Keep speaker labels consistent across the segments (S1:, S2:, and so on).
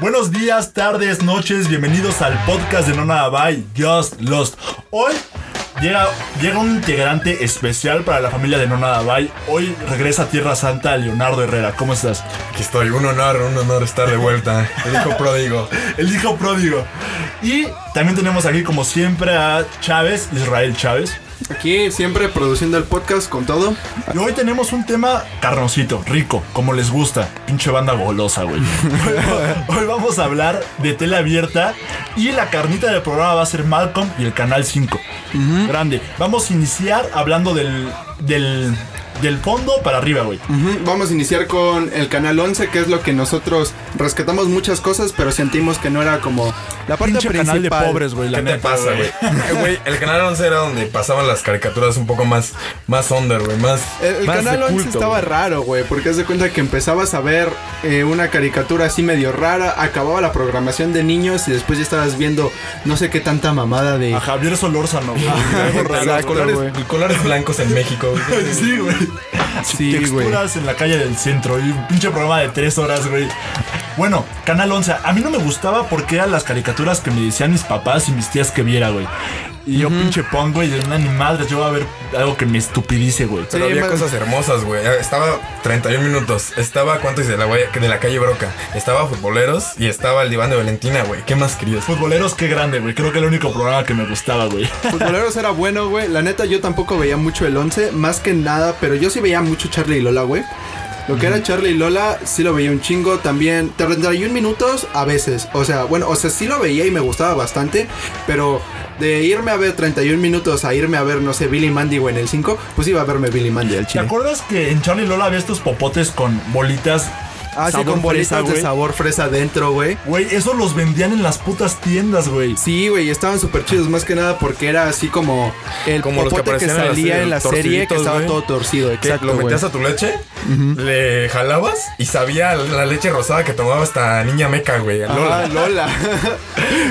S1: Buenos días, tardes, noches, bienvenidos al podcast de Nona Bye, Just Lost. Hoy llega, llega un integrante especial para la familia de Nona Bye. Hoy regresa a Tierra Santa Leonardo Herrera. ¿Cómo estás?
S2: Aquí estoy, un honor, un honor estar de vuelta. El hijo pródigo.
S1: El hijo pródigo. Y también tenemos aquí, como siempre, a Chávez, Israel Chávez.
S3: Aquí siempre produciendo el podcast con todo.
S1: Y hoy tenemos un tema carnosito, rico, como les gusta. Pinche banda golosa, güey. hoy vamos a hablar de tela abierta y la carnita del programa va a ser Malcolm y el Canal 5. Grande. Vamos a iniciar hablando del, del, del fondo para arriba, güey.
S3: Ujú, Vamos a iniciar con el canal 11, que es lo que nosotros rescatamos muchas cosas, pero sentimos que no era como la parte
S1: Pinche
S3: principal.
S1: canal de pobres, güey. la
S2: ¿Qué te
S1: neta,
S2: pasa, güey? Eh, Güey, el canal 11 era donde pasaban las caricaturas un poco más, más under, güey, más.
S3: El, el
S2: más de
S3: canal 11
S2: culto,
S3: estaba
S2: güey.
S3: raro, güey, porque haz de cuenta que empezabas a ver eh, una caricatura así medio rara, acababa la programación de niños y después ya estabas viendo no sé qué tanta mamada de...
S1: A Javier Solórzano, güey.
S2: Algo raro,
S3: Exacto,
S2: colores,
S3: güey.
S2: colores blancos en México. güey.
S1: Sí, güey.
S3: Sí, güey.
S1: Texturas en la calle del centro y un pinche programa de tres horas, güey. Bueno, Canal 11. A mí no me gustaba porque eran las caricaturas que me decían mis papás y mis tías que viera, güey. Y yo pinche pongo, güey, de una ni madre, yo voy a ver algo que me estupidice, güey.
S2: Pero
S3: Sí,
S2: había
S3: man.
S2: cosas hermosas, güey. Ah, Estaba 31 minutos. Estaba, ¿cuánto hice? De la, guaya- de la calle Broca. Estaba Futboleros y estaba el diván de Valentina, güey. ¿Qué más querías?
S1: Futboleros, qué grande, güey. Creo que era el único programa que me gustaba, güey.
S3: Futboleros era bueno, güey. La neta, yo tampoco veía mucho el 11, más que nada, pero yo sí veía mucho Charlie y Lola, güey. Lo que era Charlie y Lola, sí lo veía un chingo. También 31 minutos a veces. O sea, bueno, o sea, sí lo veía y me gustaba bastante. Pero de irme a ver 31 minutos a irme a ver, no sé, Billy Mandy, güey, en el 5, pues iba a verme Billy Mandy al
S1: ¿Te
S3: chile.
S1: acuerdas que en Charlie Lola había estos popotes con bolitas?
S3: Ah, sí,
S1: sabor
S3: con
S1: fresa,
S3: bolitas de
S1: güey?
S3: sabor fresa adentro, güey.
S1: Güey, esos los vendían en las putas tiendas, güey.
S3: Sí, güey, estaban súper chidos, más que nada porque era así como el
S2: Como los que
S3: popote
S2: aparecían
S3: que,
S2: en la
S3: salía
S2: serie,
S3: en la serie que
S2: torciditos,
S3: estaba
S2: güey.
S3: todo torcido,
S2: Que
S3: exacto.
S2: lo
S3: güey.
S2: metías a tu leche, le jalabas y sabía la leche rosada que tomaba esta niña meca, güey. Lola.
S3: Lola. Lola.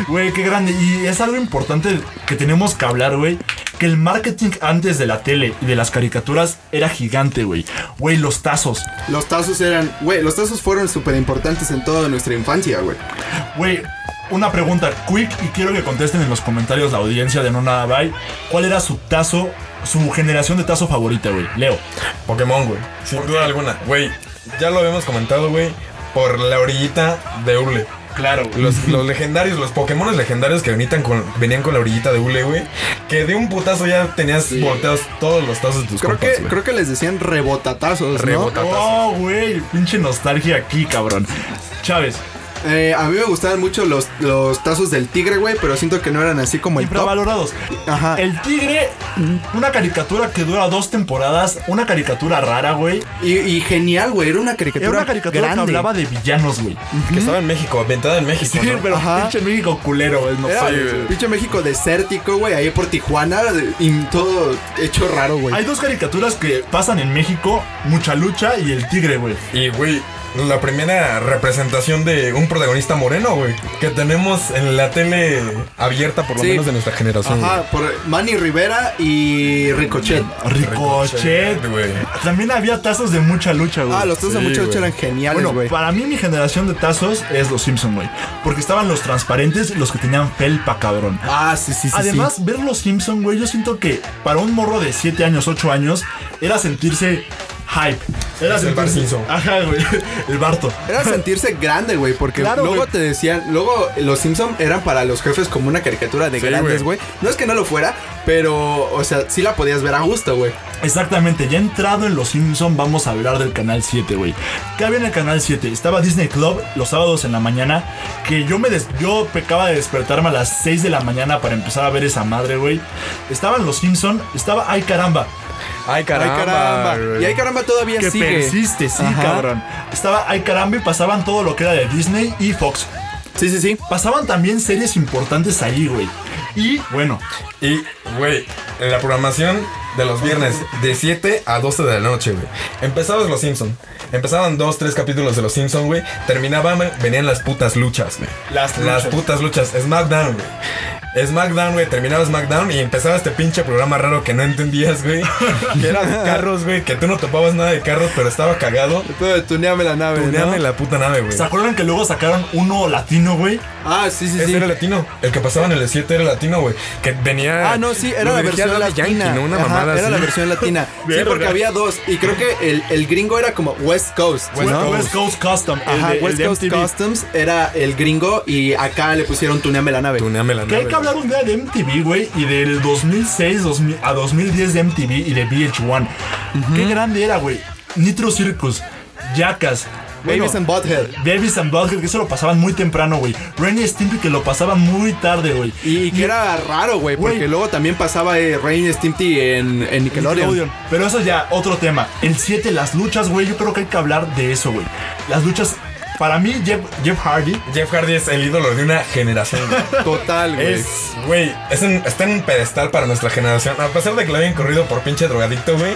S1: Güey, qué grande. Y es algo importante que tenemos que hablar, güey. Que el marketing antes de la tele y de las caricaturas era gigante, güey. Güey, los tazos.
S3: Los tazos eran, güey, los tazos fueron súper importantes en toda nuestra infancia, güey.
S1: Güey, una pregunta quick y quiero que contesten en los comentarios la audiencia de No Nada Bye. ¿Cuál era su tazo, su generación de tazo favorita, güey? Leo.
S2: Pokémon, güey. Sin duda alguna. Güey, ya lo habíamos comentado, güey. Por la orillita de Ule.
S1: Claro, güey.
S2: Los, los legendarios, los Pokémon legendarios que venían con, venían con la orillita de Ule, güey. Que de un putazo ya tenías volteados todos los tazos de tus
S3: Creo
S2: compas,
S3: que,
S2: güey.
S3: creo que les decían rebotatazos, ¿no?
S2: Rebotatazos.
S1: Oh, güey, pinche nostalgia aquí, cabrón. Chávez,
S3: Eh, a mí me gustaban mucho los, los tazos del tigre, güey, pero siento que no eran así como el Pues, top.
S1: infravalorados.
S3: Ajá.
S1: El Tigre, una caricatura que dura dos temporadas, una caricatura rara, güey.
S3: Y, y genial, güey, era una caricatura,
S1: Era una caricatura
S3: grande.
S1: que hablaba de villanos, güey.
S2: Que estaba en México, ambientada en México.
S1: Sí,
S2: ¿no?
S1: pero
S3: Ajá.
S1: Ah, pinche México culero, güey. No
S3: Era
S1: sé, güey.
S2: güey.
S3: pinche México desértico, güey, ahí por Tijuana, de- y todo hecho raro, güey.
S1: Hay dos caricaturas que pasan en México, Mucha Lucha y El Tigre, güey.
S2: Y, güey, la primera representación de un protagonista moreno, güey. Que tenemos en la tele abierta, por lo
S3: Sí.
S2: menos de nuestra generación. güey.
S3: Ajá, por Manny Rivera y Ricochet.
S1: Ricochet.
S2: güey.
S1: También había tazos de Mucha Lucha, güey.
S3: Ah, los tazos de
S2: Sí,
S3: mucha
S2: güey.
S3: lucha eran geniales,
S1: Bueno,
S3: güey.
S1: para mí mi generación de tazos es los Simpson, güey. Porque estaban los transparentes, los que tenían felpa, cabrón.
S3: ah, sí, sí, sí.
S1: Además,
S3: sí.
S1: ver los Simpson, güey, yo siento que para un morro de 7 años, 8 años, era sentirse hype. Era
S2: Es el Bart Simpson.
S1: Ajá, güey. El Barto.
S3: Era sentirse grande, güey, porque
S1: Claro,
S3: luego
S1: güey.
S3: te decían, luego los Simpson eran para los jefes como una caricatura de
S2: Sí,
S3: grandes,
S2: güey.
S3: güey. No es que no lo fuera, pero, o sea, sí la podías ver a gusto, güey.
S1: Exactamente, ya entrado en Los Simpson vamos a hablar del Canal 7, güey. ¿Qué había en el Canal 7? Estaba Disney Club los sábados en la mañana, que yo me des- yo pecaba de despertarme a las 6 de la mañana para empezar a ver esa madre, güey. Estaban Los Simpson, estaba Ay Caramba,
S2: Ay, caramba.
S3: ay, caramba.
S2: güey.
S3: Y ay, caramba todavía
S1: que
S3: sigue.
S1: persiste, sí,
S3: Ajá.
S1: cabrón. Estaba Ay Caramba y pasaban todo lo que era de Disney y Fox.
S3: Sí, sí, sí.
S1: Pasaban también series importantes ahí, güey. Y bueno,
S2: Y, güey, en la programación de los viernes de 7 a 12 de la noche, güey. Empezabas Los Simpson. Empezaban dos, tres capítulos de Los Simpson, güey. Terminaban, venían las putas luchas, güey.
S1: Las luchas.
S2: Las putas luchas. SmackDown, güey. SmackDown, güey, terminaba SmackDown y empezaba este pinche programa raro que no entendías, güey. Que eran carros, güey, que tú no topabas nada de carros, pero estaba cagado.
S3: Pero tuneame la nave, ¿no?
S2: Tuneame la puta nave, güey.
S1: ¿Se acuerdan que luego sacaron uno latino, güey?
S3: Ah, sí, sí,
S2: Ese
S3: sí.
S2: era latino. El que pasaba en el 7 era latino, güey. Que venía.
S3: Ah, no, sí, era
S2: lo
S3: la
S2: dirigía
S3: versión
S2: Daddy
S3: latina.
S2: Yankee, ¿no? Una
S3: Ajá,
S2: mamada
S3: era la
S2: así.
S3: versión latina. sí,
S1: Verga.
S3: porque había dos. Y creo que el, el gringo era como West Coast.
S2: West
S3: ¿no?
S2: Coast.
S1: West Coast Custom. el
S3: Ajá,
S1: de- el
S3: West
S1: de
S3: Coast
S1: MTV.
S3: Customs era el gringo y acá le pusieron tuneame la nave.
S2: Tuneame la
S1: Que
S2: nave.
S1: hay que hablar un día de MTV, güey, y del 2006 2000 a 2010 de MTV y de VH1. Qué grande era, güey. Nitro Circus, Jackass.
S3: Babies and Butthead.
S1: Davis and Butthead, que eso lo pasaban muy temprano, güey. Ren y Stimpy, que lo pasaban muy tarde, güey.
S3: Y que era raro, güey, porque
S1: Güey.
S3: luego también pasaba eh, Rain Stimpy en, en Nickelodeon.
S1: Nickelodeon. Pero eso ya, otro tema. El 7, las luchas, güey. Yo creo que hay que hablar de eso, güey. Las luchas. Para mí, Jeff, Jeff Hardy.
S2: Jeff Hardy es el ídolo de una generación, güey.
S3: Total, güey.
S2: Es, güey, es un- está en un pedestal para nuestra generación. A pesar de que lo habían corrido por pinche drogadicto, güey.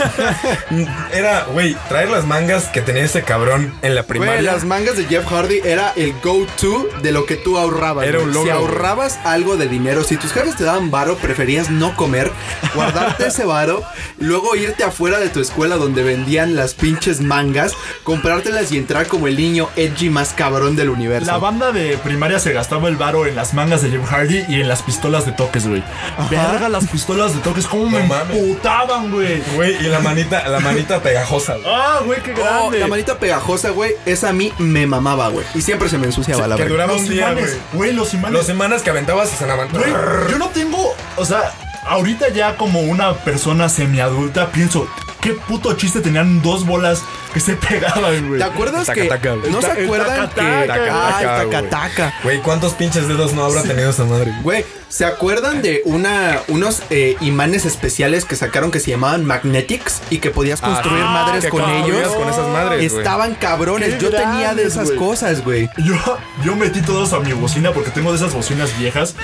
S2: era, güey, traer las mangas que tenía ese cabrón en la
S3: Güey,
S2: primaria.
S3: las mangas de Jeff Hardy era el go-to de lo que tú ahorrabas.
S2: Era
S3: güey.
S2: un logro,
S3: Si
S2: güey.
S3: ahorrabas algo de dinero, si tus jefes te daban varo, preferías no comer, guardarte ese varo, luego irte afuera de tu escuela donde vendían las pinches mangas, comprártelas y entrar como el niño edgy más cabrón del universo.
S1: La banda de primaria se gastaba el varo en las mangas de Jeff Hardy y en las pistolas de toques, güey. Verga, las pistolas de toques, cómo me
S2: mames.
S1: emputaban, güey.
S2: Güey, y la manita, la manita pegajosa, güey.
S1: Ah, güey, qué
S3: Oh,
S1: grande.
S3: la manita pegajosa, güey, esa a mí me mamaba, güey. Y siempre se me ensuciaba la
S2: que
S3: verga.
S2: duraba
S1: los
S2: un día, güey.
S1: imanes, güey, los imanes.
S2: Los semanas que aventabas y sonaban.
S1: Güey, yo no tengo, o sea, ahorita ya como una persona semiadulta pienso, qué puto chiste tenían dos bolas que se pegaban, güey.
S3: ¿Te acuerdas
S2: Taca,
S3: que
S2: taca, güey.
S3: no se
S1: Ta- el
S3: acuerdan
S1: taca,
S3: que
S1: taca,
S3: ah, el
S2: taca, güey.
S3: taca-taca.
S2: Güey, ¿cuántos pinches dedos no habrá tenido esa madre?
S3: Güey, ¿se acuerdan de una, unos eh, imanes especiales que sacaron que se llamaban Magnetics y que podías construir
S2: Ah,
S3: madres
S2: que
S3: con
S2: construías
S3: ellos?
S2: con esas madres, güey.
S3: Estaban cabrones.
S1: Qué
S3: Yo tenía de
S1: grandes,
S3: esas
S1: güey.
S3: cosas, güey.
S1: Yo, yo metí todos a mi bocina porque tengo de esas bocinas viejas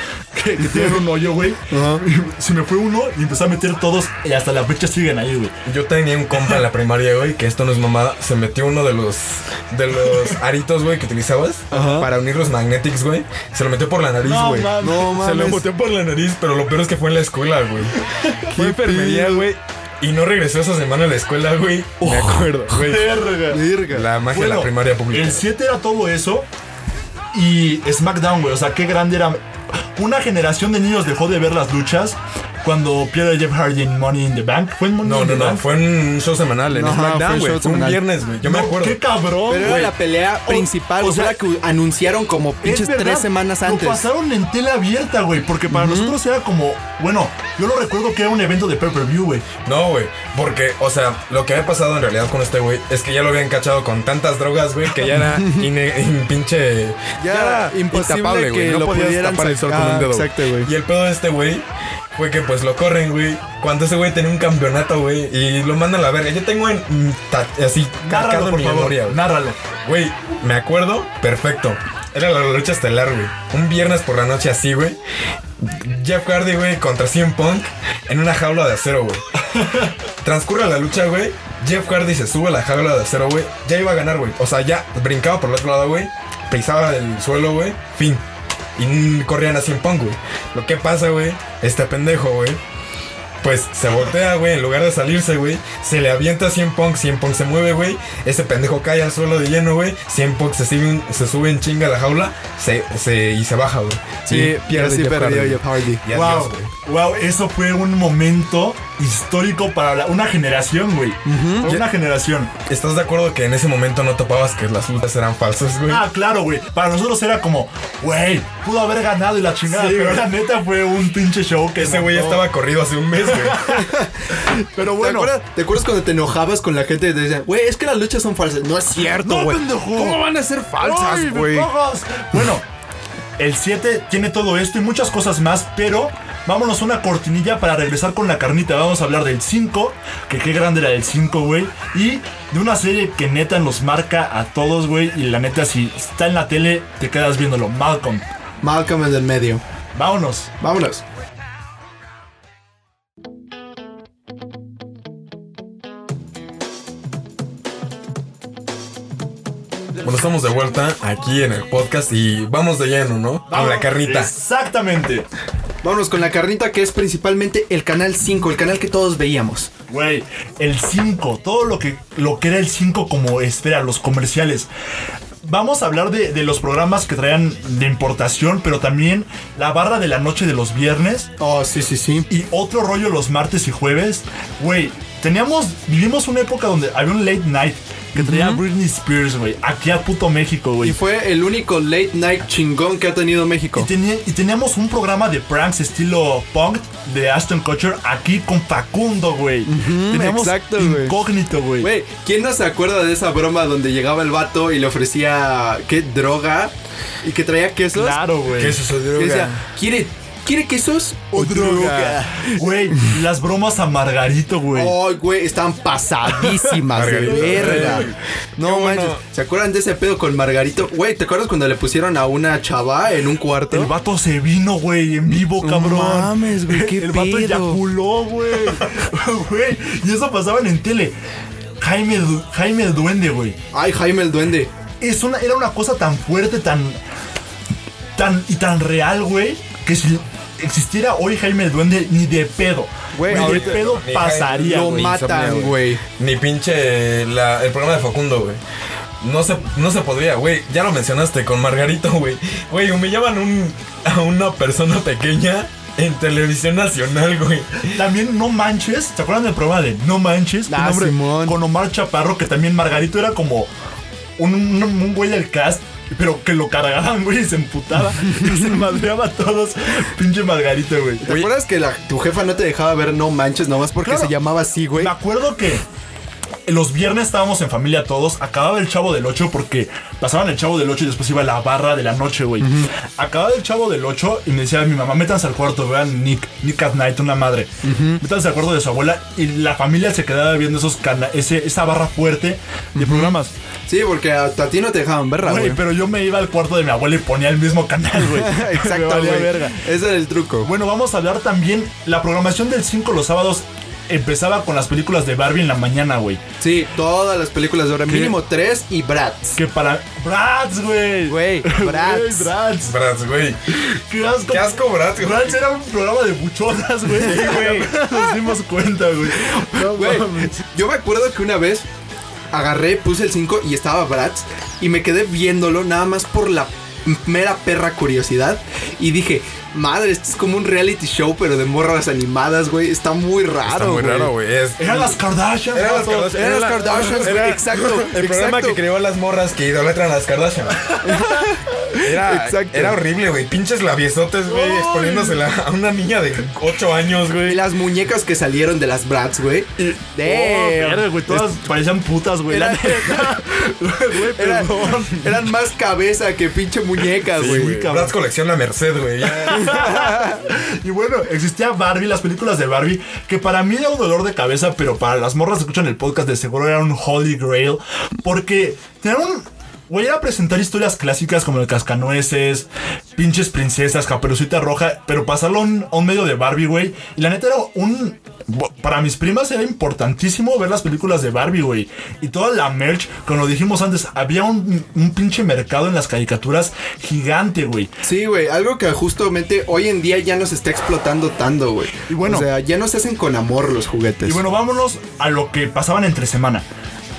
S1: que, que tienen un hoyo, güey. Y Se me fue uno y empecé a meter todos y hasta la fecha siguen ahí, güey.
S2: Yo tenía un compa en la primaria, güey, que esto no es mamada. Se metió uno de los de los aritos, güey, que utilizabas para unir los magnetics, güey. Se lo metió por la nariz, güey.
S3: No
S2: se lo
S3: mames.
S2: metió por la nariz, pero lo peor es que fue en la escuela, güey. Fue enfermería, güey. Y no regresó esa semana a la escuela, güey.
S3: Oh.
S2: Me acuerdo, güey. La magia de la
S1: Bueno,
S2: primaria pública.
S1: El 7 era todo eso. Y SmackDown, güey. O sea, qué grande era. Una generación de niños dejó de ver las luchas cuando pierde Jeff Hardy en Money in the Bank. ¿Fue en Money
S2: No,
S1: in
S2: no,
S1: the
S2: no.
S1: Bank?
S2: Fue en un show semanal, en
S3: Ajá, fue
S2: SmackDown,
S3: un
S2: güey.
S3: show
S2: Fue un
S3: semanal.
S2: viernes, güey. Yo me
S1: No,
S2: acuerdo.
S1: Qué cabrón,
S3: Pero era
S1: güey.
S3: la pelea
S1: O-
S3: principal,
S1: o
S3: o sea,
S1: sea,
S3: la que anunciaron como pinches
S1: Es verdad,
S3: tres semanas antes.
S1: Lo pasaron en tela abierta, güey. Porque para nosotros era como. Bueno, yo lo recuerdo que era un evento de pay-per-view, güey.
S2: No, güey. Porque, o sea, lo que había pasado en realidad con este güey es que ya lo habían cachado con tantas drogas, güey, que ya era ine- in- pinche.
S3: Ya era imposible
S2: intapable,
S3: que lo
S2: podías
S3: pudieran
S2: tapar el sol con
S3: sacar. Ah,
S2: un dedo.
S3: Exacto, güey.
S2: Y el pedo de este güey fue que, pues, lo corren, güey. Cuando ese güey tenía un campeonato, güey, y lo mandan a la verga. Yo tengo en. mm, ta- así, marcado
S1: Nárralo,
S2: en
S1: por
S2: mi
S1: favor.
S2: memoria, güey.
S1: Nárralo.
S2: Güey, me acuerdo perfecto. Era la lucha estelar, güey. Un viernes por la noche así, güey. Jeff Hardy, güey, contra CM Punk en una jaula de acero, güey. Transcurre la lucha, güey. Jeff Hardy se sube a la jaula de acero, güey. Ya iba a ganar, güey. O sea, ya brincaba por el otro lado, güey. Pisaba el suelo, güey. Fin. Y mm, corrían a CM Punk, güey. Lo que pasa, güey, este pendejo, güey. Pues se voltea, güey, en lugar de salirse, güey. Se le avienta a 100 Punk, 100 Punk se mueve, güey. Ese pendejo cae al suelo de lleno, güey. 100 Punk se, sigue un- se sube en chinga a la jaula se, se- y se baja, güey.
S3: Sí, pero sí perdió Jeff Hardy.
S2: Y adiós,
S1: Wow,
S2: güey.
S1: wow, eso fue un momento histórico para la- una generación, güey. Para Una generación.
S2: ¿Estás de acuerdo que en ese momento no topabas que las lutas eran falsas, güey?
S1: Ah, claro, güey. Para nosotros era como, güey, pudo haber ganado y la chingada.
S2: Sí,
S1: pero
S2: güey.
S1: la neta fue un pinche show que
S2: Ese güey ya
S1: mató.
S2: estaba corrido hace un mes, güey.
S1: Pero
S3: ¿Te,
S1: bueno,
S3: acuerdas, ¿Te acuerdas cuando te enojabas con la gente y te decían, güey, es que las luchas son falsas? No es cierto,
S1: No,
S3: güey.
S1: pendejo.
S3: ¿Cómo van a ser falsas,
S1: ¡Ay, me
S3: güey?
S1: cagas! Bueno, el 7 tiene todo esto y muchas cosas más, pero vámonos a una cortinilla para regresar con la carnita. Vamos a hablar del 5, que qué grande era el 5, güey. Y de una serie que neta nos marca a todos, güey. Y la neta, si está en la tele, te quedas viéndolo. Malcolm,
S3: Malcolm en el medio.
S1: vámonos.
S3: Vámonos.
S2: Bueno, estamos de vuelta aquí en el podcast y vamos de lleno, ¿no? Con la carnita.
S1: Exactamente.
S3: Vámonos con la carnita que es principalmente el canal 5, el canal que todos veíamos.
S1: Güey, el 5, todo lo que, lo que era el 5 como espera, los comerciales. Vamos a hablar de, de los programas que traían de importación, pero también la barra de la noche de los viernes
S3: Oh, sí, sí, sí.
S1: y otro rollo los martes y jueves. Güey, teníamos, vivimos una época donde había un late night que traía Britney Spears, güey, aquí a puto México,
S3: Y
S1: güey.
S3: fue el único late night chingón que ha tenido México.
S1: Y, tenía- y teníamos un programa de pranks estilo punk de Ashton Kutcher aquí con Facundo, güey. teníamos
S3: exacto, güey.
S1: incógnito, güey.
S3: Güey, ¿quién no se acuerda de esa broma donde llegaba el vato y le ofrecía qué droga y que traía quesos?
S1: Claro, güey.
S2: ¿Qué es eso,
S3: Y decía,
S2: droga?
S3: ¿quiere, ¿quiere quesos o, droga?
S1: Güey, las bromas a Margarito, güey.
S3: Ay, güey, están pasadísimas de
S2: Margarito.
S3: verga. No
S2: Qué bueno.
S3: manches. ¿Se acuerdan de ese pedo con Margarito? Güey, ¿te acuerdas cuando le pusieron a una chava en un
S1: El
S3: cuarto?
S1: vato se vino, güey, en vivo, cabrón.
S4: mames, güey, qué
S1: El vato
S4: pedo.
S1: eyaculó, güey. Güey, y eso pasaban en tele. Jaime, Du- Jaime el Duende, güey.
S3: Ay, Jaime el Duende.
S1: Es una, era una cosa tan fuerte, tan. tan y tan real, güey, que si existiera hoy Jaime el Duende, ni de pedo.
S3: Güey,
S1: ni de
S3: ahorita-
S1: pedo
S2: Ni
S1: pasaría,
S2: Jaime-
S3: Lo
S1: güey.
S3: matan,
S2: insomnio,
S3: güey.
S2: Ni pinche eh, la- el programa de Facundo, güey. No se, no se podría, güey. Ya lo mencionaste con Margarito, güey. Güey, humillaban un, a una persona pequeña en televisión nacional, güey.
S1: También No Manches, ¿se acuerdan del programa de No Manches?
S3: Ah,
S1: Un hombre
S3: Simón.
S1: Con Omar Chaparro, que también Margarito era como un, un- un güey del cast, pero que lo cargaban, güey, y se emputaba. y se madreaba a todos. Pinche Margarito, güey.
S3: ¿Te acuerdas que la- tu jefa no te dejaba ver No Manches nomás porque
S1: Claro.
S3: se llamaba así, güey?
S1: Me acuerdo que los viernes estábamos en familia todos. Acababa el Chavo del 8 porque pasaban el Chavo del 8 y después iba la barra de la noche, güey. Acababa el Chavo del 8 y me decía mi mamá, métanse al cuarto, vean Nick, Nick at Night, una madre. Métanse al cuarto de su abuela y la familia se quedaba viendo esos cana ese, esa barra fuerte de programas.
S3: Sí, porque hasta a ti no te dejaban verla,
S1: Güey,
S3: güey.
S1: pero yo me iba al cuarto de mi abuela y ponía el mismo canal, güey. Me
S3: Exacto,
S1: valía
S3: güey.
S1: verga.
S3: Ese era el truco.
S1: Bueno, vamos a hablar también. La programación del 5 los sábados empezaba con las películas de Barbie en la mañana, güey.
S3: Sí, todas las películas de ahora, mínimo tres y Bratz.
S1: Que para. ¡Bratz, güey!
S3: Güey, Bratz.
S1: Güey, ¡Bratz!
S2: Bras, güey.
S1: ¡Qué asco!
S2: Qué asco, Bratz, güey.
S1: Bratz era un programa de buchonas, güey. güey. Nos dimos cuenta, güey. No
S3: Güey,
S1: mames.
S3: yo me acuerdo que una vez agarré, puse el 5 y estaba Bratz y me quedé viéndolo nada más por la mera perra curiosidad y dije, madre, esto es como un reality show pero de morras animadas, güey, está muy raro,
S2: Está muy raro, güey. Es-
S1: Eran las Kardashian.
S2: Eran las
S1: vato.
S2: Kardashian.
S3: Eran las
S2: Era-
S3: Kardashians, güey,
S2: era
S3: exacto,
S2: El programa
S3: exacto.
S2: que creó las morras que idolatran a las Kardashian. Era,
S3: Exacto.
S2: era horrible, güey. Pinches labiosotes, güey, exponiéndosela a una niña de 8 años,
S3: Y
S2: güey.
S3: las muñecas que salieron de las Bratz, güey.
S1: Oh,
S3: Damn.
S1: verga, güey, todas parecían putas, güey. La
S3: Eh, Era-
S1: neta. Güey,
S3: Eran,
S1: perdón.
S3: eran más cabeza que pinche muñecas,
S2: Sí,
S3: güey.
S2: güey.
S1: cabrón.
S2: Bratz colección la Merced, güey. Ya.
S1: Y bueno, existía Barbie, las películas de Barbie, que para mí era un dolor de cabeza, pero para las morras que escuchan el podcast de seguro era un holy grail, porque tenían un... Güey, era presentar historias clásicas como el cascanueces, pinches princesas, caperucita roja, pero pasarlo a un, a un medio de Barbie, güey. Y la neta era un... Para mis primas era importantísimo ver las películas de Barbie, güey. Y toda la merch, como lo dijimos antes, había un, un pinche mercado en las caricaturas gigante, güey.
S3: Sí, güey, algo que justamente hoy en día ya nos está explotando tanto, güey.
S1: Y bueno.
S3: o sea, ya no se hacen con amor los juguetes.
S1: Y bueno, vámonos a lo que pasaban entre semana.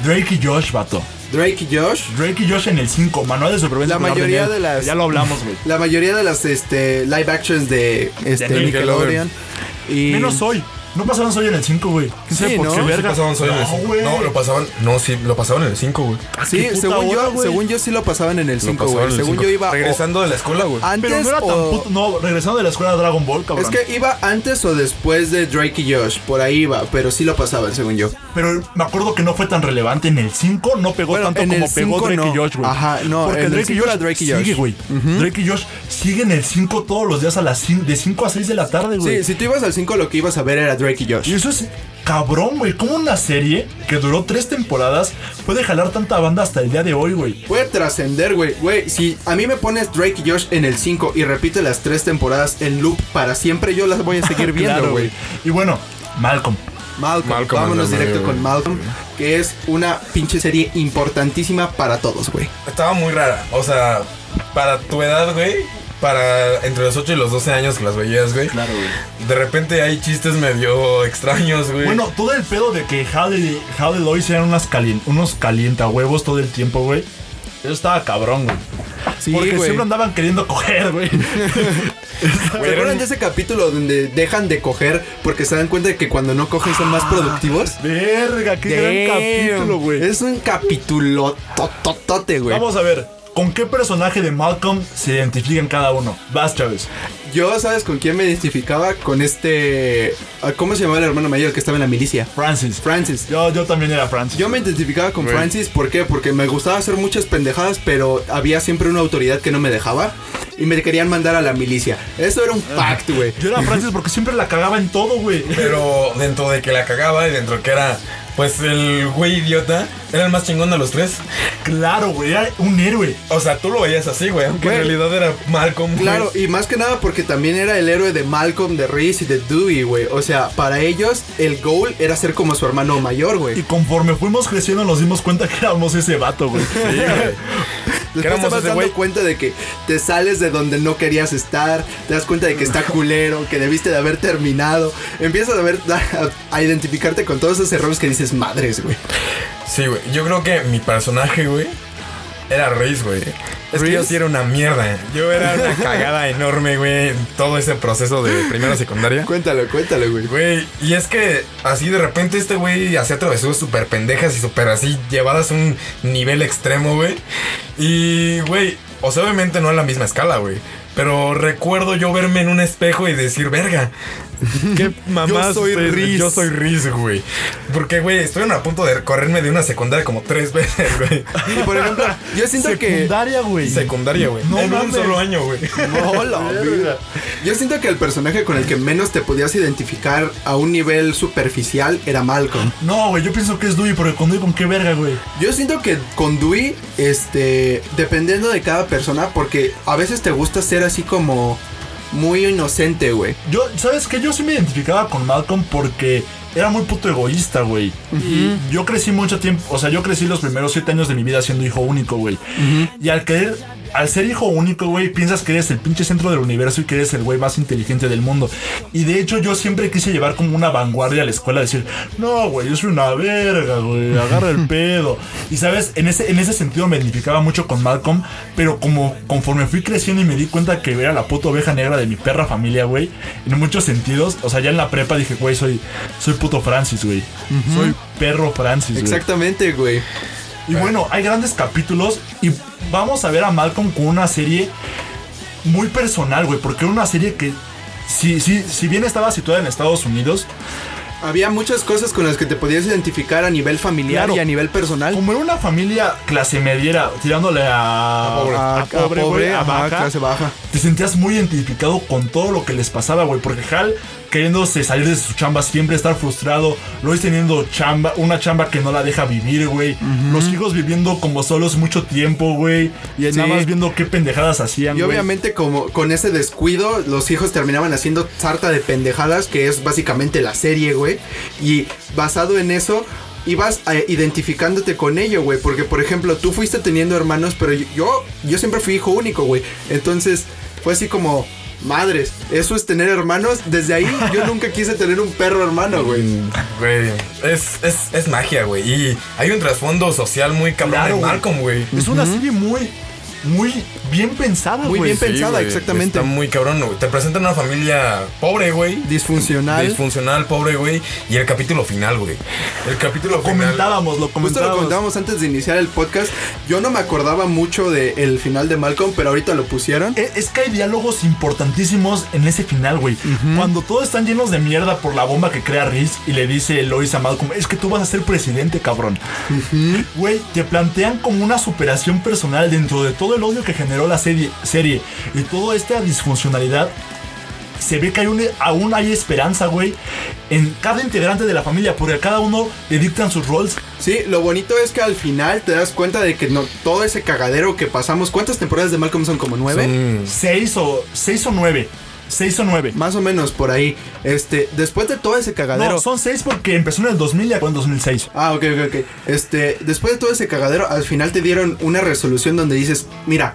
S1: Drake y Josh, vato.
S3: Drake y Josh,
S1: Drake y Josh en el 5, manual de supervivencia.
S3: La
S1: con orden
S3: mayoría
S1: él.
S3: de las-
S1: Ya lo hablamos, güey.
S3: la mayoría de las este, live actions de, este,
S1: De
S2: Nickelodeon.
S3: Nickelodeon. Y
S1: Menos hoy. No pasaban hoy en el 5, güey. ¿Quién sabe
S3: Sí,
S1: por
S3: ¿no?
S1: qué
S3: Sí
S1: verga?
S2: pasaban solo en el
S1: no,
S2: 5.
S1: güey.
S2: No, lo pasaban. No, sí, lo pasaban en el 5, güey.
S1: Ah, qué
S3: Sí,
S1: puta
S3: según,
S1: hora,
S3: yo,
S1: güey.
S3: según yo sí lo pasaban en el
S2: Lo
S3: 5,
S2: pasaban en
S3: güey.
S2: el
S3: Según
S2: cinco.
S3: yo iba Ah. o
S2: Regresando de la escuela, güey.
S3: antes
S1: Pero no era tan
S3: o-
S1: puto. No, regresando de la escuela de Dragon Ball, cabrón.
S3: Es que iba antes o después de Drake y Josh, por ahí iba, pero sí lo pasaban, según yo.
S1: Pero me acuerdo que no fue tan relevante. En el 5 no pegó
S3: Bueno,
S1: tanto
S3: en
S1: como
S3: el
S1: pegó
S3: cinco
S1: Drake
S3: no.
S1: y Josh, güey.
S3: Ajá, no,
S1: Porque
S3: en el
S1: Drake, y
S3: cinco
S1: Josh
S3: era Drake y Josh.
S1: Sigue, güey. Drake y Josh siguen el 5 todos los días a las cin- de 5 a 6 de la tarde, güey.
S3: Sí, si tú ibas al 5 lo que ibas a ver era Drake y
S1: Y
S3: Josh.
S1: eso es cabrón, güey. ¿Cómo una serie que duró tres temporadas puede jalar tanta banda hasta el día de hoy, güey?
S3: Puede trascender, güey. Güey, si a mí me pones Drake y Josh en el 5 y repite las tres temporadas en loop para siempre, yo las voy a seguir viendo, güey.
S1: Y bueno, Malcolm.
S3: Malcolm.
S2: Malcolm
S3: Vámonos
S2: and the
S3: directo
S2: Mario,
S3: con
S2: güey.
S3: Malcolm, que es una pinche serie importantísima para todos, güey.
S2: Estaba muy rara. O sea, para tu edad, güey. para entre los 8 y los 12 años que las veías, güey.
S1: Claro, güey.
S2: De repente hay chistes medio extraños, güey.
S1: Bueno, todo el pedo de que Hal y, Hal y Lois eran unas calien- unos calientahuevos todo el tiempo, güey. Eso estaba cabrón, güey.
S3: Sí,
S1: Porque
S3: güey.
S1: siempre andaban queriendo coger, güey.
S3: ¿Se acuerdan de ese capítulo donde dejan de coger porque se dan cuenta de que cuando no cogen son más productivos?
S1: Verga, qué gran
S3: Damn.
S1: capítulo, güey.
S3: Es un capítulo tototote, güey.
S1: Vamos a ver, ¿con qué personaje de Malcolm se identifican cada uno? Vas, Chávez.
S3: Yo, ¿sabes con quién me identificaba? Con este. ah, ¿Cómo se llamaba el hermano mayor que estaba en la milicia?
S1: Francis.
S3: Francis.
S1: Yo, yo también era Francis.
S3: Yo me identificaba con Francis, ¿por qué? Porque me gustaba hacer muchas pendejadas, pero había siempre una autoridad que no me dejaba y me querían mandar a la milicia. Eso era un fact, güey.
S1: Yo era Francis porque siempre la cagaba en todo, güey.
S2: Pero dentro de que la cagaba y dentro que era, pues, el güey idiota, era el más chingón de los tres.
S1: Claro, güey, era un héroe.
S2: O sea, tú lo veías así, güey, aunque en
S3: Güey.
S2: realidad era Malcolm. güey.
S3: Claro, y más que nada porque también era el héroe de Malcolm, de Reese y de Dewey, güey. O sea, para ellos el goal era ser como su hermano mayor,
S1: Y
S3: güey.
S1: conforme fuimos creciendo nos dimos cuenta que éramos ese vato, güey.
S3: Después te
S2: éramos
S3: vas
S2: ese
S3: dando
S2: güey.
S3: cuenta de que te sales de donde no querías estar, te das cuenta de que está culero, que debiste de haber terminado. Empiezas a ver, a, a identificarte con todos esos errores que dices, madres, güey.
S2: Sí, güey. Yo creo que mi personaje, güey, era Reese, güey. Es que yo
S3: ¿Reese?
S2: sí era una mierda. Yo era una cagada enorme, güey. en Todo ese proceso de primera secundaria.
S3: Cuéntalo, cuéntalo, güey.
S2: Güey, y es que así de repente este güey hacía travesuras súper pendejas y súper así llevadas a un nivel extremo, güey. Y, güey, o sea, obviamente no a la misma escala, güey. Pero recuerdo yo verme en un espejo y decir, verga, qué mamás.
S3: soy
S2: ustedes-
S3: Riz".
S2: Yo soy Riz, güey. Porque, güey, estuvieron a punto de correrme de una secundaria como tres veces, güey.
S3: Y por ejemplo, yo siento que.
S1: Secundaria, güey.
S2: Secundaria, güey.
S1: No
S2: en un
S1: mames.
S2: solo año, güey.
S3: No, la verga. Yo siento que el personaje con el que menos te podías identificar a un nivel superficial era Malcolm.
S1: No, güey, yo pienso que es Dewey porque con Dewey con qué verga, güey.
S3: Yo siento que con Dewey, este, dependiendo de cada persona, porque a veces te gusta ser así como muy inocente, güey.
S1: Yo, ¿sabes qué? Yo sí me identificaba con Malcolm porque era muy puto egoísta, güey. Y yo crecí mucho tiempo, o sea, yo crecí los primeros siete años de mi vida siendo hijo único, güey. Y al querer, al ser hijo único, güey, piensas que eres el pinche centro del universo y que eres el güey más inteligente del mundo. Y de hecho, yo siempre quise llevar como una vanguardia a la escuela, decir, no, güey, yo soy una verga, güey, agarra el pedo. Y sabes, en ese, en ese sentido me identificaba mucho con Malcolm, pero como conforme fui creciendo y me di cuenta que era la puta oveja negra de mi perra familia, güey, en muchos sentidos, o sea, ya en la prepa dije, güey, soy, soy puto Francis, güey. Soy perro Francis, güey.
S3: Exactamente, güey.
S1: Y bueno, hay grandes capítulos y vamos a ver a Malcolm con una serie muy personal, güey, porque era una serie que, si, si, si bien estaba situada en Estados Unidos,
S3: Había muchas cosas con las que te podías identificar a nivel familiar
S1: Claro.
S3: y a nivel personal.
S1: como era una familia clase mediera, tirándole a,
S2: pobre.
S1: a pobre, güey, a
S3: ajá,
S1: baja,
S3: clase baja.
S1: te sentías muy identificado con todo lo que les pasaba, güey, porque Hal queriéndose salir de su chamba, siempre estar frustrado, Lois teniendo chamba, una chamba que no la deja vivir, güey, los hijos viviendo como solos mucho tiempo, güey, y nada
S3: Sí.
S1: más viendo qué pendejadas hacían,
S3: Y
S1: güey.
S3: obviamente como con ese descuido los hijos terminaban haciendo sarta de pendejadas que es básicamente la serie, güey. Y basado en eso ibas eh, identificándote con ello, güey, porque por ejemplo, tú fuiste teniendo hermanos, pero yo- yo yo siempre fui hijo único, güey. Entonces, fue así como madres, eso es tener hermanos. Desde ahí yo nunca quise tener un perro hermano, güey.
S1: Mm.
S2: Güey, es, es, es magia, güey. Y hay un trasfondo social muy cabrón
S1: Claro,
S2: de
S1: güey.
S2: Malcolm, güey.
S1: Es una serie muy, muy bien pensada,
S3: Muy
S1: güey.
S3: bien pensada,
S2: güey,
S3: exactamente.
S2: Está muy cabrón, güey. Te presentan una familia pobre, güey.
S3: Disfuncional.
S2: Disfuncional, pobre, güey. Y el capítulo final, güey. El capítulo
S1: Lo
S2: final.
S1: comentábamos, lo
S3: Justo lo
S1: comentábamos.
S3: contábamos antes de iniciar el podcast. Yo no me acordaba mucho del final de Malcolm, pero ahorita lo pusieron.
S1: E- Es que hay diálogos importantísimos en ese final, güey. Cuando todos están llenos de mierda por la bomba que crea Reese y le dice Lois a Malcolm, es que tú vas a ser presidente, cabrón. Güey, te plantean como una superación personal dentro de todo el odio que generó la serie, serie y toda esta disfuncionalidad. Se ve que hay un- aún hay esperanza, güey, en cada integrante de la familia, porque a cada uno le dictan sus roles.
S3: Sí, lo bonito es que al final te das cuenta de que no, todo ese cagadero que pasamos. ¿Cuántas temporadas de Malcolm son? ¿Como
S1: ¿eh?
S3: nueve?
S2: Mm,
S1: Seis o, seis o nueve. Seis o nueve.
S3: Más o menos por ahí. Este, después de todo ese cagadero.
S1: No, son seis porque empezó en el 2000 y acabó en 2006.
S3: Ah, ok, ok, ok. Este, después de todo ese cagadero, al final te dieron una resolución donde dices, mira,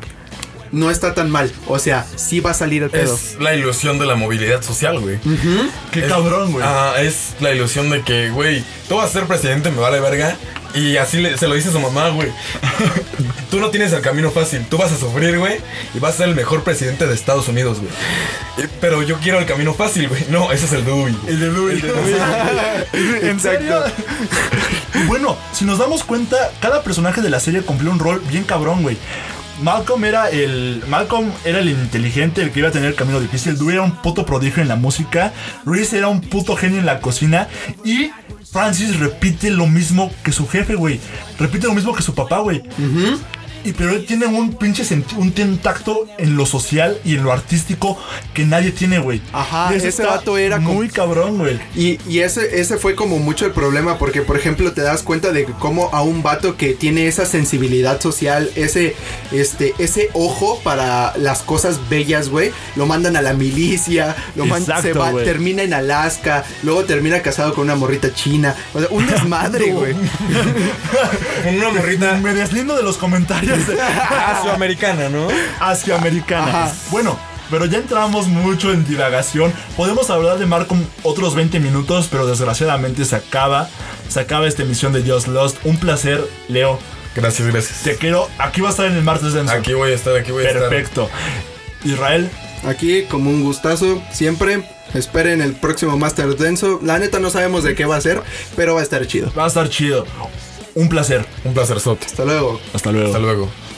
S3: no está tan mal. O sea, sí va a salir el pedo.
S2: Es la ilusión de la movilidad social, güey.
S1: Mm, Qué
S2: Es-
S1: cabrón, güey.
S2: Ah, es la ilusión de que, güey, tú vas a ser presidente, me vale verga. Y así le- se lo dice su mamá, güey. tú no tienes el camino fácil. Tú vas a sufrir, güey. Y vas a ser el mejor presidente de Estados Unidos, güey. Eh, Pero yo quiero el camino fácil, güey. No, ese es el Dewey.
S1: El de Louis. ¿En serio? Y bueno, si nos damos cuenta, cada personaje de la serie cumplió un rol bien cabrón, güey. Malcolm era el. Malcolm era el inteligente, el que iba a tener el camino difícil. Dewey era un puto prodigio en la música. Reese era un puto genio en la cocina. Y Francis repite lo mismo que su jefe, güey. Repite lo mismo que su papá, güey. Y pero él tiene un pinche senti- un tacto en lo social y en lo artístico que nadie tiene, güey.
S3: Ajá,
S1: Y eso
S3: ese
S1: está
S3: vato era como-
S1: muy cabrón, güey.
S3: Y, y ese, ese fue como mucho el problema, porque por ejemplo te das cuenta de cómo a un vato que tiene esa sensibilidad social, ese, este, ese ojo para las cosas bellas, güey, lo mandan a la milicia, lo man-
S1: Exacto,
S3: se va-
S1: güey.
S3: termina en Alaska, luego termina casado con una morrita china. O sea, un desmadre, güey.
S2: Con una morrita
S1: Me deslindo de los comentarios de
S2: afroamericana, ¿no?
S1: asiamericana.
S3: Ajá.
S1: Bueno, pero ya entramos mucho en divagación. Podemos hablar de Malcolm otros 20 minutos, pero desgraciadamente se acaba. Se acaba esta emisión de Just Lost. Un placer, Leo.
S2: Gracias, gracias.
S1: Te quiero. Aquí va a estar en el martes de
S2: Aquí voy a estar, aquí voy a estar.
S1: Perfecto. Israel,
S3: Aquí, como un gustazo, siempre. Esperen el próximo Master Denso. La neta no sabemos de qué va a ser, pero va a estar chido.
S1: va a estar chido. Un placer.
S2: Un placer, Sot.
S3: Hasta luego.
S1: Hasta luego.
S2: Hasta luego.